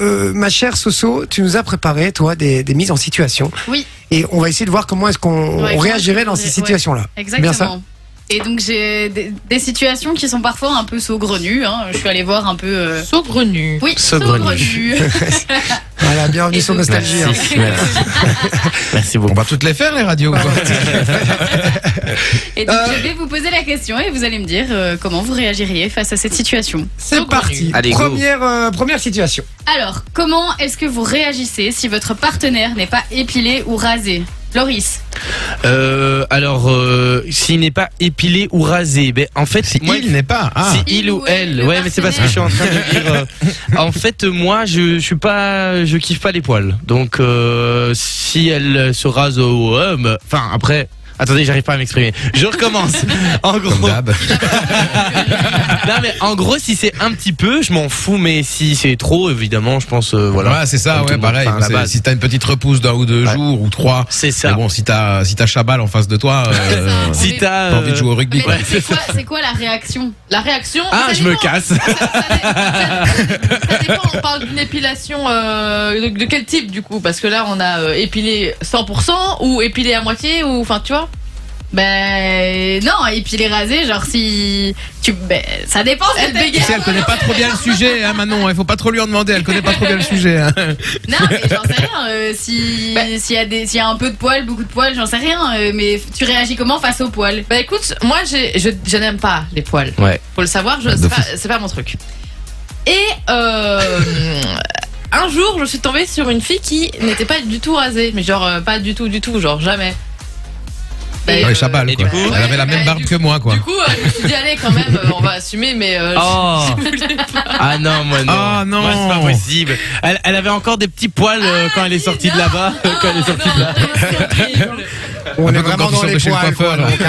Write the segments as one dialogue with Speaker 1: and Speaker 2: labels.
Speaker 1: euh, ma chère Soso, tu nous as préparé, toi, des, des mises en situation.
Speaker 2: Oui.
Speaker 1: Et on va essayer de voir comment est-ce qu'on
Speaker 2: Ouais,
Speaker 1: on réagirait dans
Speaker 2: comment je
Speaker 1: ces
Speaker 2: réagirais,
Speaker 1: situations-là. C'est Bien
Speaker 2: Exactement.
Speaker 1: ça
Speaker 2: et donc j'ai des, des situations qui sont parfois un peu saugrenues. hein. Je suis allée voir un peu. euh,
Speaker 3: Saugrenu.
Speaker 2: Oui, saugrenues.
Speaker 4: Saugrenues.
Speaker 1: Voilà, bienvenue
Speaker 2: Et
Speaker 1: sur
Speaker 2: donc,
Speaker 1: Nostalgie. hein.
Speaker 4: Merci, merci. Merci
Speaker 5: On
Speaker 4: beaucoup.
Speaker 5: va toutes les faire, les radios. quoi.
Speaker 2: Et donc
Speaker 5: Euh.
Speaker 2: je vais vous poser la question et vous allez me dire euh, comment vous réagiriez face à cette situation.
Speaker 1: C'est parti.
Speaker 4: Allez, go.
Speaker 1: première, euh, première situation.
Speaker 2: Alors, comment est-ce que vous réagissez si votre partenaire n'est pas épilé ou rasé Loris,
Speaker 4: Euh, alors, euh, s'il n'est pas épilé ou rasé, ben en fait,
Speaker 5: Si
Speaker 4: moi,
Speaker 5: il n'est pas. Ah.
Speaker 4: Si il ou elle,
Speaker 2: le
Speaker 4: ouais, mais c'est pas ce que je suis en train de dire. euh. en fait, moi, je, je suis pas, je kiffe pas les poils. Donc, euh, si elle se rase au homme, enfin après. Attendez, j'arrive pas à m'exprimer. Je recommence. En
Speaker 5: Comme
Speaker 4: gros,
Speaker 5: d'hab.
Speaker 4: non mais en gros, si c'est un petit peu, je m'en fous. Mais si c'est trop, évidemment, je pense, euh, voilà.
Speaker 5: Ouais, c'est ça,
Speaker 4: Comme tout
Speaker 5: ouais,
Speaker 4: le monde,
Speaker 5: pareil.
Speaker 4: enfin, à la
Speaker 5: C'est-
Speaker 4: base.
Speaker 5: Si t'as une petite repousse d'un ou deux
Speaker 4: Ouais.
Speaker 5: jours ou trois.
Speaker 4: C'est
Speaker 5: Mais
Speaker 4: ça.
Speaker 5: bon, si t'as si t'as Chabal en face de toi, euh,
Speaker 2: C'est ça.
Speaker 4: si t'as
Speaker 5: t'as envie de jouer au rugby.
Speaker 2: Mais
Speaker 5: quoi.
Speaker 2: c'est quoi, c'est quoi la réaction
Speaker 3: La réaction.
Speaker 4: ah,
Speaker 3: ça
Speaker 4: je me
Speaker 3: dépend.
Speaker 4: casse.
Speaker 3: Ça, ça dé- ça- ça dépend, on parle d'une épilation euh, de, de quel type du coup Parce que là on a euh, épilé 100% ou épilé à moitié ou enfin tu vois
Speaker 2: Ben non, épilé rasé, genre si tu ben, ça dépend ce que
Speaker 3: Elle
Speaker 2: t'as-
Speaker 1: Euh,
Speaker 3: bégaye.
Speaker 5: Tu sais, elle connaît pas trop bien le sujet, hein, Manon. Il faut pas trop lui en demander. Elle connaît pas trop bien le sujet. hein.
Speaker 2: Non, mais j'en sais rien. euh, si
Speaker 3: Ben-
Speaker 2: s'il y a des s'il y a un peu de poils, beaucoup de poils, j'en sais rien. euh, mais tu réagis comment face aux poils
Speaker 3: Bah écoute, moi j'ai, je, je n'aime pas les poils.
Speaker 4: Ouais.
Speaker 3: Faut le savoir, je,
Speaker 5: De
Speaker 3: c'est, pas, c'est pas mon truc. Et euh, un jour, je suis tombée sur une fille qui n'était pas du tout rasée, mais genre euh, pas du tout, du tout, genre jamais. Et,
Speaker 5: Ouais,
Speaker 3: euh,
Speaker 5: Chabal,
Speaker 4: et du
Speaker 5: quoi.
Speaker 4: coup-
Speaker 5: Elle avait la même
Speaker 3: Ouais,
Speaker 5: barbe
Speaker 3: du-
Speaker 5: que moi, quoi.
Speaker 3: Du coup, euh, je me suis dit, allez quand même, euh, on va assumer, mais euh,
Speaker 4: Oh. Ah non, moi non.
Speaker 5: Ah, non.
Speaker 4: Moi, c'est pas possible. Elle, elle avait encore des petits poils euh, quand elle est sortie de là-bas. quand elle est sortie de là.
Speaker 3: je- non,
Speaker 1: On
Speaker 5: Un
Speaker 1: est
Speaker 5: peu comme
Speaker 1: vraiment dans
Speaker 5: quand ils sont
Speaker 1: les
Speaker 5: chez le
Speaker 1: poils. quoi,
Speaker 5: coiffeur,
Speaker 1: donc,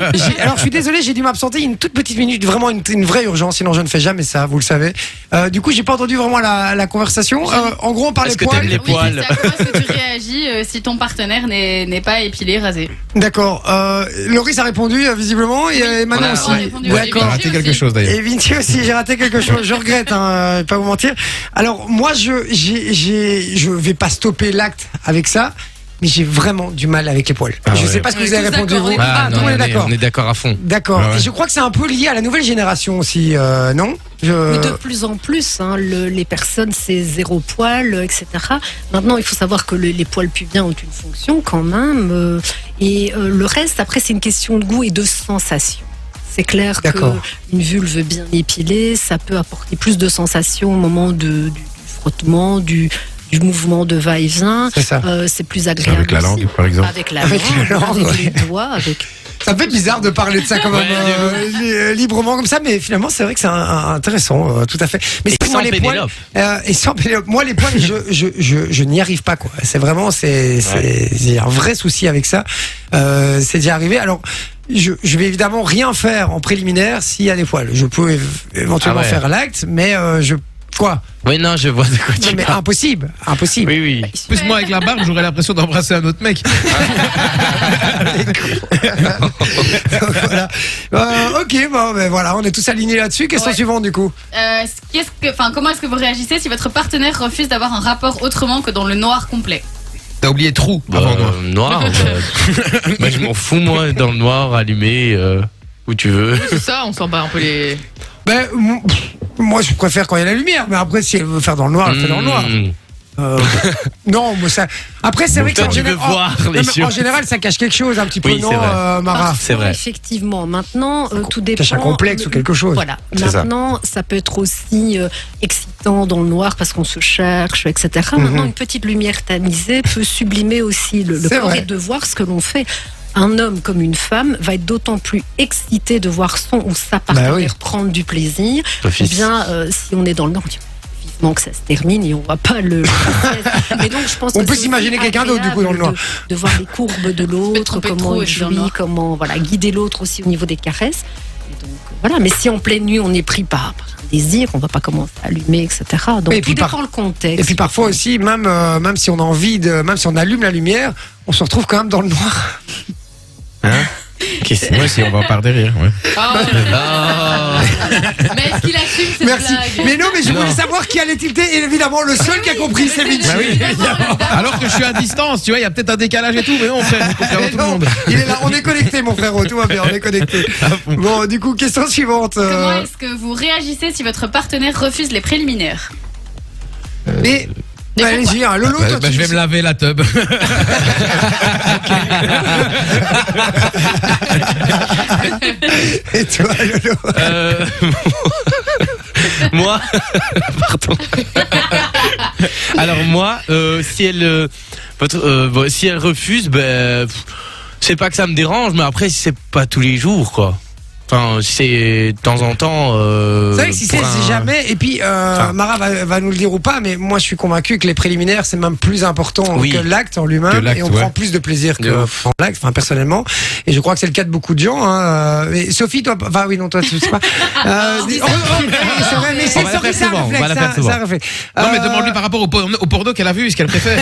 Speaker 1: hein. J'ai- Alors, je suis désolé, j'ai dû m'absenter une toute petite minute, vraiment une, une vraie urgence, sinon je ne fais jamais ça, vous le savez. Euh, du coup, j'ai pas entendu vraiment la, la conversation. Euh, en gros, on parlait
Speaker 4: Est-ce que
Speaker 1: poils.
Speaker 4: t'aimes les
Speaker 2: Oui,
Speaker 4: poils
Speaker 2: c'est ça, comment est-ce que tu réagis euh, si ton partenaire n'est n'est pas épilé, rasé
Speaker 1: D'accord. Euh, Loris a répondu, euh, visiblement, et, euh, et Manon
Speaker 4: On a-
Speaker 1: aussi.
Speaker 4: on a
Speaker 2: répondu,
Speaker 1: Ouais,
Speaker 2: oui.
Speaker 5: T'as
Speaker 1: D'accord.
Speaker 5: raté
Speaker 3: aussi.
Speaker 5: quelque chose, d'ailleurs.
Speaker 1: Et Vinci aussi, j'ai raté quelque chose, je regrette, hein, je vais pas vous mentir. Alors moi, je j'ai, j'ai, je vais pas stopper l'acte avec ça, mais j'ai vraiment du mal avec les poils.
Speaker 4: Ah
Speaker 1: je
Speaker 4: ouais.
Speaker 1: sais pas ce que
Speaker 3: On est
Speaker 1: vous avez
Speaker 3: tous
Speaker 1: répondu.
Speaker 3: d'accord,
Speaker 1: vous.
Speaker 3: on est tous
Speaker 1: Ah,
Speaker 4: Ah,
Speaker 1: tout
Speaker 4: non,
Speaker 1: le monde est
Speaker 4: on est-
Speaker 1: d'accord.
Speaker 4: on est d'accord à fond.
Speaker 1: D'accord.
Speaker 5: Ah ouais.
Speaker 1: Et je crois que c'est un peu lié à la nouvelle génération aussi, euh, non
Speaker 6: Mais
Speaker 1: je...
Speaker 6: de plus en plus, hein, le- les personnes, c'est zéro poil, euh, etc. Maintenant, il faut savoir que le- les poils pubiens ont une fonction quand même. euh, et euh, le reste, après, c'est une question de goût et de sensation. C'est clair
Speaker 1: D'accord.
Speaker 6: qu'une vulve bien épilée, ça peut apporter plus de sensations au moment de- du, du frottement, du, du mouvement de va-et-vient.
Speaker 1: C'est ça.
Speaker 6: Euh, c'est plus agréable. aussi.
Speaker 5: par exemple.
Speaker 6: Avec la
Speaker 1: Avec la
Speaker 6: langue,
Speaker 1: langue,
Speaker 6: avec les
Speaker 1: ouais.
Speaker 6: doigts, avec
Speaker 1: Ça fait bizarre de parler de ça quand même
Speaker 4: Ouais,
Speaker 1: euh, li- euh, librement comme ça, mais finalement c'est vrai que c'est un- un- intéressant, euh, tout à fait. Mais
Speaker 4: Et
Speaker 1: c'est moi
Speaker 4: sans
Speaker 1: les poils,
Speaker 4: Pénélope.
Speaker 1: Euh, et sans pénélope. moi les poils, je, je, je, je n'y arrive pas quoi. C'est vraiment c'est c'est j'ai un vrai souci avec ça. Euh, c'est d'y arriver. Alors je, je vais évidemment rien faire en préliminaire s'il y a des poils. Je peux éve- éventuellement
Speaker 4: Ah ouais.
Speaker 1: faire l'acte, mais euh, je quoi
Speaker 4: Oui, non, je vois de quoi
Speaker 1: Non,
Speaker 4: tu
Speaker 1: Mais
Speaker 4: parles.
Speaker 1: impossible, impossible.
Speaker 4: Oui, oui.
Speaker 5: En plus, moi, avec la barbe, j'aurais l'impression d'embrasser un autre mec.
Speaker 1: Donc, voilà. Euh, ok, bon, ben voilà, on est tous alignés là-dessus. Question
Speaker 2: Ouais.
Speaker 1: suivante du coup.
Speaker 2: Euh, qu'est-ce que, enfin, comment est-ce que vous réagissez si votre partenaire refuse d'avoir un rapport autrement que dans le noir complet
Speaker 5: T'as oublié trou avant
Speaker 4: Bah,
Speaker 5: moi.
Speaker 4: euh, noir. bah, bah, je m'en fous, moi, dans le noir, allumé, euh, où tu veux.
Speaker 3: c'est ça, on s'en bat un peu les.
Speaker 1: Ben m- pff, moi je préfère quand il y a la lumière, mais après si elle veut faire dans le noir, elle fait dans le noir.
Speaker 4: Mmh.
Speaker 1: Euh, non, mais ça. Après, c'est
Speaker 4: Bon,
Speaker 1: vrai que
Speaker 4: toi,
Speaker 1: en
Speaker 4: tu
Speaker 1: général-
Speaker 4: veux voir
Speaker 1: Oh,
Speaker 4: les
Speaker 1: non, mais en
Speaker 4: choses.
Speaker 1: général, ça cache quelque chose un petit peu,
Speaker 4: Oui,
Speaker 1: non,
Speaker 4: c'est vrai.
Speaker 1: euh, Mara
Speaker 4: C'est vrai.
Speaker 6: Effectivement. Maintenant, euh, tout Ah, dépend.
Speaker 1: Cache un complexe ou quelque chose.
Speaker 6: Voilà.
Speaker 5: C'est ça.
Speaker 6: Maintenant, ça. peut être aussi euh, excitant dans le noir parce qu'on se cherche, etc.
Speaker 1: Mhm.
Speaker 6: Maintenant, une petite lumière tamisée peut sublimer aussi le, le
Speaker 1: C'est
Speaker 6: corps
Speaker 1: vrai.
Speaker 6: et de voir ce que l'on fait. Un homme comme une femme va être d'autant plus excité de voir son ou sa partenaire
Speaker 1: Bah oui.
Speaker 6: prendre du plaisir. Ou
Speaker 4: Office.
Speaker 6: bien, euh, si on est dans le noir, on dit, vivement que ça se termine et on va pas le. Mais donc, je pense
Speaker 1: On
Speaker 6: que
Speaker 1: peut
Speaker 6: c'est
Speaker 1: s'imaginer
Speaker 6: aussi
Speaker 1: quelqu'un d'autre, du coup, dans le
Speaker 6: agréable De, de voir les courbes de l'autre,
Speaker 2: tromper
Speaker 6: comment
Speaker 2: trop,
Speaker 6: il
Speaker 2: je suis dans le
Speaker 6: jouit,
Speaker 2: noir.
Speaker 6: comment voilà, guider l'autre aussi au niveau des caresses. Et donc, euh, voilà. Mais si en pleine nuit, on est pris par, par un désir, on va pas commencer à allumer, etc. Donc,
Speaker 1: Et
Speaker 6: tout
Speaker 1: puis
Speaker 6: dépend
Speaker 1: par-
Speaker 6: le contexte.
Speaker 1: Et puis parfois aussi, même, euh, même si on a envie de, même si on allume la lumière, on se retrouve quand même dans le noir.
Speaker 5: Qu'est-ce ouais, si on va par derrière. Ouais.
Speaker 4: Ah.
Speaker 3: Mais est-ce qu'il assume cette
Speaker 1: Merci.
Speaker 3: blague
Speaker 1: Mais non, mais je
Speaker 4: Non.
Speaker 1: voulais savoir qui allait tilter. Et évidemment, le seul qui a compris, c'est Vinci.
Speaker 4: Bah
Speaker 5: Alors que je suis à distance, tu vois, il y a peut-être un décalage et tout, mais non, frère, il faut
Speaker 4: Bah
Speaker 5: faire
Speaker 1: Mais
Speaker 5: tout le
Speaker 1: non,
Speaker 5: monde.
Speaker 1: il est là, on est connecté, mon frérot. Tout va bien, on est connecté. Bon, du coup, question suivante. euh,
Speaker 2: Comment est-ce que vous réagissez si votre partenaire refuse les préliminaires
Speaker 1: Mais.
Speaker 2: Mais
Speaker 1: bah, Allez-y, hein, Lolo, toi, tu-
Speaker 5: je vais me laver la tub.
Speaker 1: et toi, Lolo.
Speaker 4: Euh, moi, pardon. Alors moi, euh, si elle, euh, votre, euh, bon, si elle refuse, ben, pff, c'est pas que ça me dérange, mais après c'est pas tous les jours, quoi. Enfin, c'est de temps en temps. euh,
Speaker 1: C'est vrai que si c'est,
Speaker 4: pour un-
Speaker 1: c'est jamais. Et puis, euh,
Speaker 4: Enfin.
Speaker 1: Mara va, va nous le dire ou pas, mais moi, je suis convaincu que les préliminaires, c'est même plus important
Speaker 4: Oui.
Speaker 1: que l'acte en
Speaker 5: Que
Speaker 1: lui-même.
Speaker 5: l'acte,
Speaker 1: et on
Speaker 5: ouais.
Speaker 1: prend plus de plaisir que
Speaker 4: De
Speaker 1: en l'acte, enfin, personnellement. Et je crois que c'est le cas de beaucoup de gens. Hein. euh, Mais Sophie, toi, enfin, oui, non, toi, tu sais pas. Euh, dis- oh, oh, c'est vrai, mais c'est
Speaker 4: On va la
Speaker 1: sorry,
Speaker 4: faire
Speaker 1: c'est un
Speaker 4: souvent, on va
Speaker 1: réflexe,
Speaker 4: la
Speaker 1: c'est
Speaker 4: faire
Speaker 1: un-
Speaker 4: souvent.
Speaker 1: c'est un réflexe.
Speaker 5: Non, mais
Speaker 1: Euh,
Speaker 5: demande-lui par rapport au, por- au porno qu'elle a vu, ce qu'elle préfère.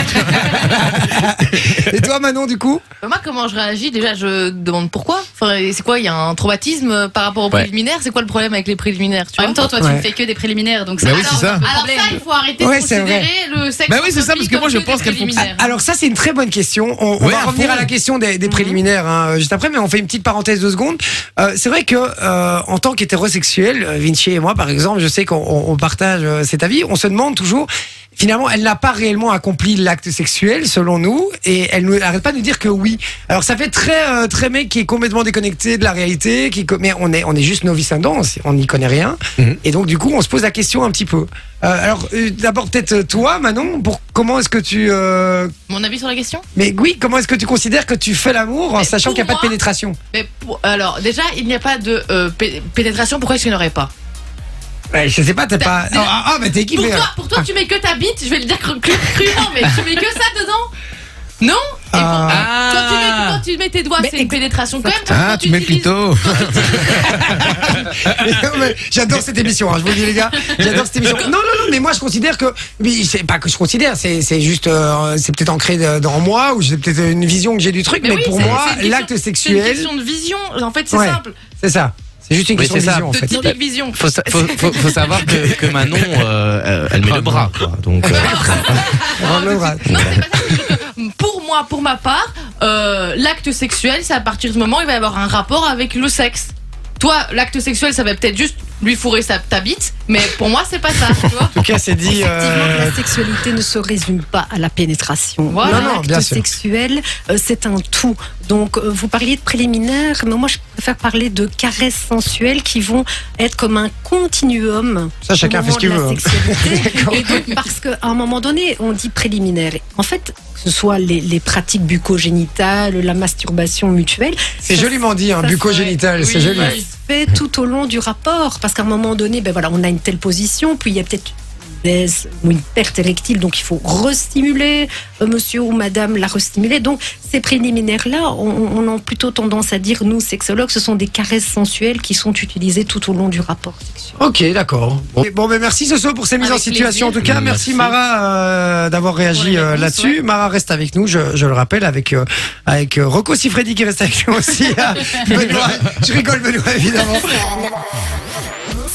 Speaker 1: Et toi, Manon, du coup
Speaker 3: Bah, Moi, comment je réagis Déjà, je demande pourquoi. Enfin, c'est quoi Il y a un traumatisme euh, par rapport aux
Speaker 4: Ouais.
Speaker 3: préliminaires C'est quoi le problème avec les préliminaires tu
Speaker 2: En
Speaker 3: vois
Speaker 2: même temps, toi, tu
Speaker 1: Ouais.
Speaker 2: ne fais que des préliminaires, donc
Speaker 5: Bah
Speaker 2: ça
Speaker 5: oui,
Speaker 2: va.
Speaker 5: c'est ça.
Speaker 3: Alors ça, il faut arrêter
Speaker 1: Ouais,
Speaker 3: de
Speaker 1: c'est vrai.
Speaker 3: considérer le sexe.
Speaker 5: Bah oui, c'est ça,
Speaker 3: entre
Speaker 5: parce que moi,
Speaker 3: filles
Speaker 5: je
Speaker 3: comme
Speaker 5: pense
Speaker 3: des
Speaker 5: qu'elles font-
Speaker 3: préliminaires.
Speaker 1: Alors ça c'est une très bonne question. On, on
Speaker 5: Ouais,
Speaker 1: va
Speaker 5: à
Speaker 1: revenir
Speaker 5: fond.
Speaker 1: à la question des, des préliminaires hein, juste après, mais on fait une petite parenthèse de secondes. Euh, c'est vrai que euh, en tant qu'hétérosexuel, euh, Vinci et moi par exemple, je sais qu'on on- on partage euh, cet avis. On se demande toujours. Finalement, elle n'a pas réellement accompli l'acte sexuel selon nous, et elle nous arrête pas de nous dire que oui. Alors ça fait très euh, très mec qui est complètement déconnecté de la réalité, qui co- mais on est on est juste novice indans, on n'y connaît rien,
Speaker 5: Mhm.
Speaker 1: et donc du coup on se pose la question un petit peu. Euh, alors euh, d'abord peut-être toi Manon, pour comment est-ce que tu euh,
Speaker 3: Mon avis sur la question
Speaker 1: mais oui, comment est-ce que tu considères que tu fais l'amour en
Speaker 3: Mais
Speaker 1: sachant
Speaker 3: pour
Speaker 1: qu'il n'y a pas de
Speaker 3: moi-
Speaker 1: pénétration
Speaker 3: Mais pour- alors déjà, il n'y a pas de euh, pé- pénétration. Pourquoi est-ce qu'il n'y en aurait pas
Speaker 1: ouais, Je sais pas, t'es pas.
Speaker 3: déjà-
Speaker 1: Ah, ah, mais t'es
Speaker 3: Bah, Pour
Speaker 1: équipé.
Speaker 3: toi, pour toi, tu mets que ta bite. Je vais le dire cru- cru- crûment, mais tu mets que ça dedans. Non Et pour-
Speaker 1: Ah.
Speaker 3: Quand tu, mets, quand tu mets tes doigts,
Speaker 6: Mais
Speaker 3: c'est une
Speaker 6: ex-
Speaker 3: pénétration quand même.
Speaker 5: Ah,
Speaker 3: quand
Speaker 5: tu mets le
Speaker 3: utilises-
Speaker 5: clito.
Speaker 1: Mais J'adore cette émission, hein, je vous le dis les gars. J'adore cette émission. Non, non, non, mais moi je considère que. Mais c'est pas que je considère, c'est c'est juste. euh, c'est peut-être ancré de- dans moi ou c'est peut-être une vision que j'ai du truc, mais,
Speaker 3: oui,
Speaker 1: pour
Speaker 3: c'est-
Speaker 1: moi,
Speaker 3: c'est une question-
Speaker 1: l'acte
Speaker 3: C'est une
Speaker 1: sexuel,
Speaker 3: question de vision. En fait, c'est
Speaker 1: Ouais.
Speaker 3: simple.
Speaker 1: c'est ça. C'est juste une
Speaker 4: Oui,
Speaker 1: question
Speaker 4: c'est
Speaker 1: de
Speaker 4: ça.
Speaker 1: vision en
Speaker 3: De
Speaker 1: fait.
Speaker 3: typique vision.
Speaker 4: Faut, sa- faut- faut- faut savoir que, que Manon, euh, euh, elle met le bras, quoi. Donc, euh,
Speaker 1: Dans le bras.
Speaker 3: Non, c'est pas ça. c'est que Pour moi, pour ma part, euh, l'acte sexuel, c'est à partir du moment où il va y avoir un rapport avec le sexe. Toi, l'acte sexuel, ça va peut-être juste lui fourrer sa, ta bite, mais pour moi, c'est pas ça, tu vois.
Speaker 1: En tout cas, c'est dit. euh,
Speaker 6: Effectivement, la sexualité ne se résume pas à la pénétration.
Speaker 3: Voilà.
Speaker 1: Non, non,
Speaker 6: L'acte
Speaker 1: bien sûr.
Speaker 6: sexuel, euh, c'est un tout. Donc, euh, vous parliez de préliminaires, mais moi, je préfère parler de caresses sensuelles qui vont être comme un continuum.
Speaker 1: Ça, chacun
Speaker 6: au
Speaker 1: fait ce qu'il
Speaker 6: moment
Speaker 1: veut. hein.
Speaker 6: de la sexualité.
Speaker 1: D'accord.
Speaker 6: Et donc, parce qu'à un moment donné, on dit préliminaire. En fait, que ce soit les, les pratiques bucco-génitales, la masturbation mutuelle,
Speaker 1: C'est
Speaker 6: Ça,
Speaker 1: joliment dit, hein,
Speaker 6: ça,
Speaker 1: bucco-génital, c'est
Speaker 3: Oui,
Speaker 1: joli.
Speaker 3: oui.
Speaker 6: fait tout au long du rapport. Parce qu'à un moment donné, ben voilà, on a une telle position, puis il y a peut-être une baisse ou une perte érectile, donc il faut restimuler, euh, monsieur ou madame la restimuler. Donc ces préliminaires-là, on, on a plutôt tendance à dire, nous sexologues, ce sont des caresses sensuelles qui sont utilisées tout au long du rapport sexuel.
Speaker 1: Ok, d'accord. Bon, bon ben merci Soso pour ces mises
Speaker 3: Avec
Speaker 1: en situation.
Speaker 3: plaisir.
Speaker 1: En tout cas, merci,
Speaker 4: Merci.
Speaker 1: Mara euh, d'avoir
Speaker 3: Pour les
Speaker 1: réagi euh,
Speaker 3: réponses,
Speaker 1: là-dessus. Mara reste avec nous, je, je le rappelle, avec euh, avec euh, Rocco Siffredi qui reste avec nous aussi. hein. Benoît, je rigole Benoît évidemment.